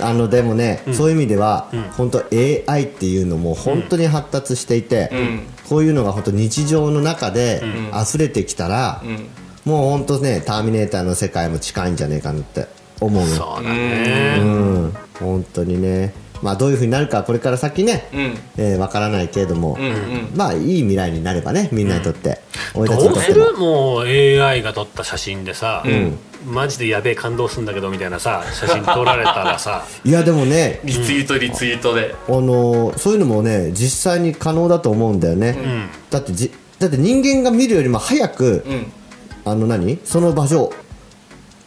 Speaker 3: あのでもね、そういう意味では、本当 AI っていうのも本当に発達していて、
Speaker 2: ん
Speaker 3: こういうのが本当日常の中で溢れてきたら、
Speaker 2: ん
Speaker 3: もう本当ね「ターミネーター」の世界も近いんじゃねえかなって思うよ
Speaker 4: そうだね
Speaker 3: うん、本当にねまあどういうふうになるかはこれから先ね、
Speaker 2: うん
Speaker 3: えーわからないけれども、
Speaker 2: うんうん
Speaker 3: まあいい未来になればねみんなにとって、俺たち
Speaker 4: ど
Speaker 3: に
Speaker 4: う
Speaker 3: とっ
Speaker 4: す
Speaker 3: ても
Speaker 4: るもう AI が撮った写真でさ、マジでやべえ感動すんだけどみたいなさ写真撮られたらさ
Speaker 3: いやでもね
Speaker 2: リツイートリツイートで、
Speaker 3: あのーそういうのもね実際に可能だと思うんだよね、だってじだって人間が見るよりも早く、
Speaker 2: うん
Speaker 3: あの何その場所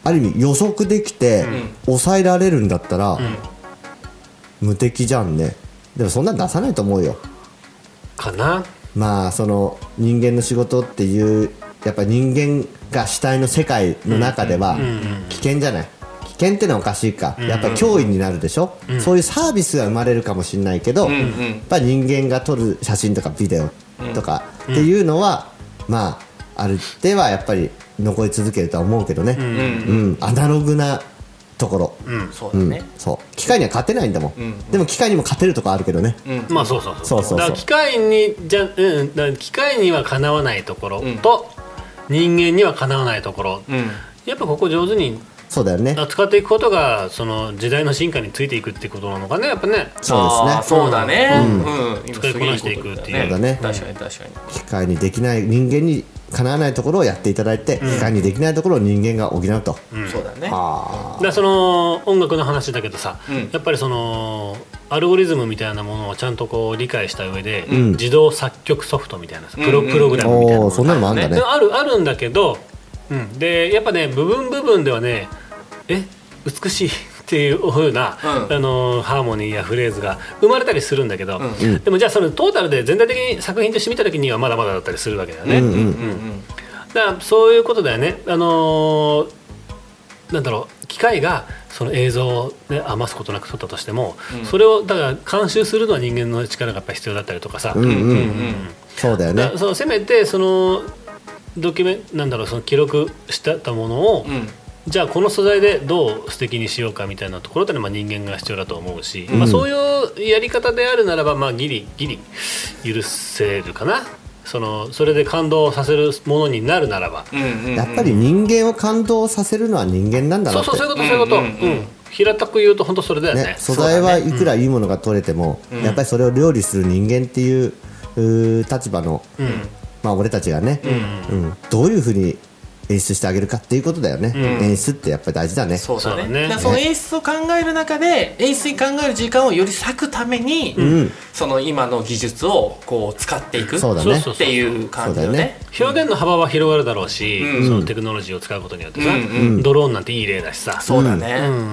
Speaker 3: ある意味予測できて、抑えられるんだったら、無敵じゃんねでもそんなん出さないと思うよ
Speaker 4: かな
Speaker 3: まあその人間の仕事っていうやっぱ人間が主体の世界の中では危険じゃない危険ってのはおかしいかやっぱ脅威になるでしょ、そういうサービスは生まれるかもしれないけど、
Speaker 2: うんう
Speaker 3: やっ
Speaker 2: ん
Speaker 3: ぱ人間が撮る写真とかビデオとかっていうのは、まああるではやっぱり残り続けるとは思うけどね、
Speaker 2: うんうん
Speaker 3: うん、アナログなところ、
Speaker 4: うん
Speaker 2: そうだ
Speaker 3: うん
Speaker 2: ね、
Speaker 3: そう機械には勝てないんだもん、
Speaker 2: ん
Speaker 3: でも機械にも勝てるとこあるけどね、
Speaker 4: まあそうそう
Speaker 3: そうそうそう
Speaker 4: だから機械にじゃ、うん、だから機械にはかなわないところと、人間にはかなわないところ、
Speaker 2: うん
Speaker 4: やっぱここ上手に
Speaker 3: そうだよね
Speaker 4: 扱っていくことがその時代の進化についていくってことなのかねやっぱね
Speaker 3: そうです
Speaker 2: あ
Speaker 3: ね
Speaker 2: ーそうだね。うん。今
Speaker 4: 使いこなしていくっていう
Speaker 3: そうだね
Speaker 2: 確かに確かに。
Speaker 3: 機械にできない人間にかなわないところをやっていただいて、機械にできないところを人間が補うと、
Speaker 2: そうだね。
Speaker 3: あ
Speaker 4: だからその音楽の話だけどさ、
Speaker 2: うん
Speaker 4: やっぱりそのアルゴリズムみたいなものをちゃんとこう理解した上で、
Speaker 3: ん
Speaker 4: 自動作曲ソフトみたいなさプロ,、
Speaker 2: うんうん
Speaker 4: プログラ
Speaker 3: あ
Speaker 4: ムみたいな
Speaker 3: お
Speaker 4: の
Speaker 3: ーそんなのもあんだね
Speaker 4: であるあるんだけど、うん、でやっぱね部分部分ではねえ美しい っていうふうな、
Speaker 2: うん
Speaker 4: あのハーモニーやフレーズが生まれたりするんだけど、
Speaker 2: う
Speaker 4: でもじゃあそのトータルで全体的に作品として見た時にはまだまだだったりするわけだよね。
Speaker 3: うんうん
Speaker 2: うんうん。
Speaker 4: だからそういうことだよね、あのーなんだろう機械がその映像を、ね、余すことなく撮ったとしても、それをだから監修するのは人間の力がやっぱ必要だったりとかさ、
Speaker 3: うんうん、
Speaker 2: うんうん。
Speaker 3: そうだよ
Speaker 4: だ
Speaker 3: ね
Speaker 4: からそのせめてそのドキュメンなんだろうその記録してたものを、
Speaker 2: うん
Speaker 4: じゃあこの素材でどう素敵にしようかみたいなところってのはまあ人間が必要だと思うし、まあ、そういうやり方であるならばまあギリギリ許せるかなそのそれで感動させるものになるならば。
Speaker 2: うんうん。
Speaker 3: やっぱり人間を感動させるのは人間なんだ
Speaker 4: そ
Speaker 3: な
Speaker 4: う
Speaker 3: って
Speaker 4: そうそういうことそういうこと、
Speaker 2: う
Speaker 4: うんん
Speaker 2: うんうん
Speaker 4: 平たく言うと本当それだよね
Speaker 3: ね、素材はいくらいいものが取れても、やっぱりそれを料理する人間っていううー立場の、まあ、俺たちがね、うんどういうふうに演出してあげるかっていうことだよね、演出ってやっぱり大事だね
Speaker 2: そうだね
Speaker 4: そうだね
Speaker 2: だからその演出を考える中で演出に考える時間をより割くために、その今の技術をこう使っていく
Speaker 3: そうだ
Speaker 4: そう
Speaker 3: ね
Speaker 4: そう
Speaker 2: っていう感じだよね。
Speaker 4: 表現の幅は広がるだろうし、
Speaker 2: うん
Speaker 4: そのテクノロジーを使うことによってさ、
Speaker 2: うんう
Speaker 4: ドローンなんていい例だしさ
Speaker 2: そうだ
Speaker 4: うん
Speaker 2: ね。
Speaker 4: うん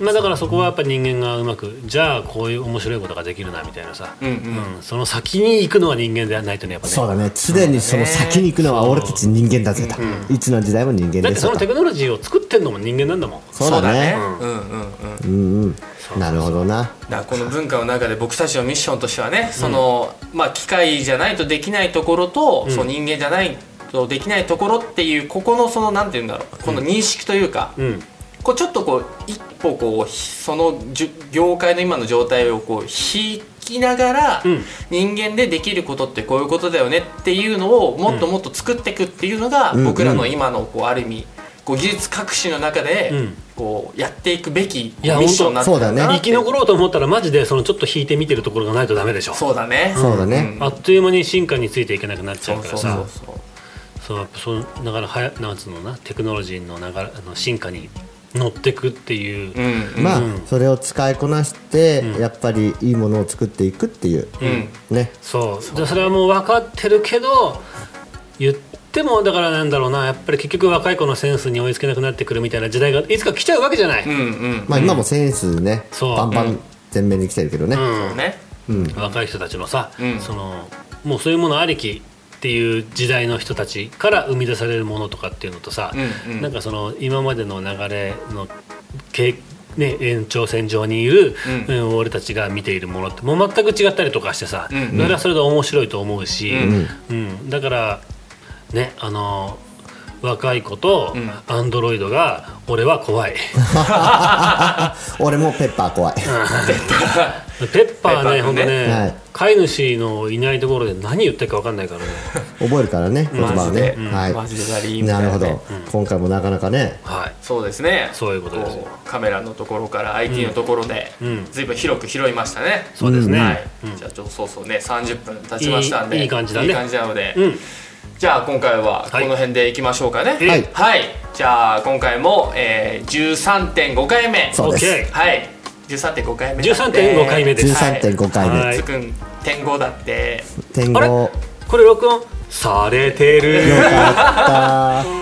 Speaker 4: まあ、だからそこはやっぱ人間がうまくじゃあこういう面白いことができるなみたいなさ、
Speaker 2: うんうん
Speaker 4: その先に行くのは人間ではないとねやっぱね
Speaker 3: そうだね常にその先に行くのは俺たち人間だぜと、いつの時代も人間
Speaker 4: だっ
Speaker 3: で
Speaker 4: て
Speaker 3: す
Speaker 4: そ
Speaker 3: よ
Speaker 4: の
Speaker 3: と
Speaker 4: テクノロジーを作ってんのも人間なんだもん
Speaker 3: そうだね
Speaker 2: うんうんうん。
Speaker 3: うんうんなるほどな
Speaker 2: だからこの文化の中で僕たちのミッションとしてはね、そのまあ機械じゃないとできないところと、その人間じゃないとできないところっていうここのそのなんて言うんだろうこの認識というか、
Speaker 4: うん
Speaker 2: こうちょっとこう一歩こうひそのじゅ業界の今の状態をこう引きながら、
Speaker 4: うん
Speaker 2: 人間でできることってこういうことだよねっていうのをもっともっと作っていくっていうのが、
Speaker 3: ん
Speaker 2: 僕らの今のこうある意味こう技術革新の中で、
Speaker 4: うん
Speaker 2: こうやっていくべきミ
Speaker 4: や
Speaker 2: ッションになってるんだな
Speaker 3: 本
Speaker 2: っ
Speaker 4: 生
Speaker 2: て
Speaker 4: き残ろうと思ったらマジでそのちょっと引いて見てるところがないとダメでしょ
Speaker 2: そうだね
Speaker 3: そうだね
Speaker 4: あっという間に進化についていけなくなっち
Speaker 2: そ
Speaker 4: ゃ
Speaker 2: う
Speaker 4: うか
Speaker 2: そ
Speaker 4: ら
Speaker 2: うそ
Speaker 4: さ
Speaker 2: うそう
Speaker 4: そうやっぱそのだからはやなんつうのなテクノロジーの流れあの進化に乗ってくっていう、
Speaker 2: うんうん
Speaker 3: まあ
Speaker 4: うん
Speaker 3: それを使いこなして、やっぱりいいものを作っていくっていう、
Speaker 2: ん
Speaker 3: ね
Speaker 4: そうそそれはもう分かってるけど言ってもだからなんだろうなやっぱり結局若い子のセンスに追いつけなくなってくるみたいな時代がいつか来ちゃうわけじゃない、
Speaker 2: うんうん
Speaker 3: まあ今もセンスね、
Speaker 4: そう
Speaker 3: バンバン前面に来てるけどね、
Speaker 4: うん
Speaker 2: そうね
Speaker 4: 若い人たちのさ、
Speaker 2: うん
Speaker 4: そのもうそういうものありきっていう時代の人たちから生み出されるものとかっていうのとさ、
Speaker 2: うんうん
Speaker 4: なんかその今までの流れのけ、ね、延長線上にいる、
Speaker 2: うん
Speaker 4: うん俺たちが見ているものってもう全く違ったりとかしてさ、
Speaker 2: うんうん
Speaker 4: それはそれで面白いと思うし、
Speaker 2: うん
Speaker 4: うんだからねあの若い子と
Speaker 2: ん
Speaker 4: アンドロイドが俺は 怖い。
Speaker 3: 俺もペッパー怖い
Speaker 4: ペッパーね、
Speaker 2: ペッパー君ね
Speaker 4: ほんとね、
Speaker 3: はい
Speaker 4: 飼い主のいないところで何言ってるか分かんないからね。
Speaker 3: 覚えるからね言葉
Speaker 2: マ
Speaker 3: は
Speaker 2: ジで
Speaker 3: ね、はい
Speaker 2: マジでラリーみた
Speaker 3: ないる
Speaker 2: な
Speaker 3: ほ
Speaker 2: ね
Speaker 3: ど、今回もなかなかね
Speaker 4: はい。
Speaker 2: そうですね
Speaker 4: そういうことです
Speaker 2: こうカメラのところから IT のところで、
Speaker 4: うん
Speaker 2: ずいぶん広く拾いましたね、
Speaker 4: そうですね。
Speaker 2: はい
Speaker 4: うん
Speaker 2: じゃあちょっとそうそうね30分経ちましたんで
Speaker 4: いいいい感じだね
Speaker 2: なので、
Speaker 4: うん。
Speaker 2: じゃあ今回はこ
Speaker 4: はい
Speaker 2: の辺でいきましょうかね
Speaker 4: はい
Speaker 2: じゃあ今回も、えー、13.5回目
Speaker 3: そうです、
Speaker 4: OK
Speaker 2: はい13.5回目なんで
Speaker 4: 13.5回目です
Speaker 3: 13.5回目、
Speaker 4: はい
Speaker 2: つくん点5だって
Speaker 3: 天
Speaker 4: あ
Speaker 3: 狗
Speaker 4: れこれ録音されてる。
Speaker 3: よかった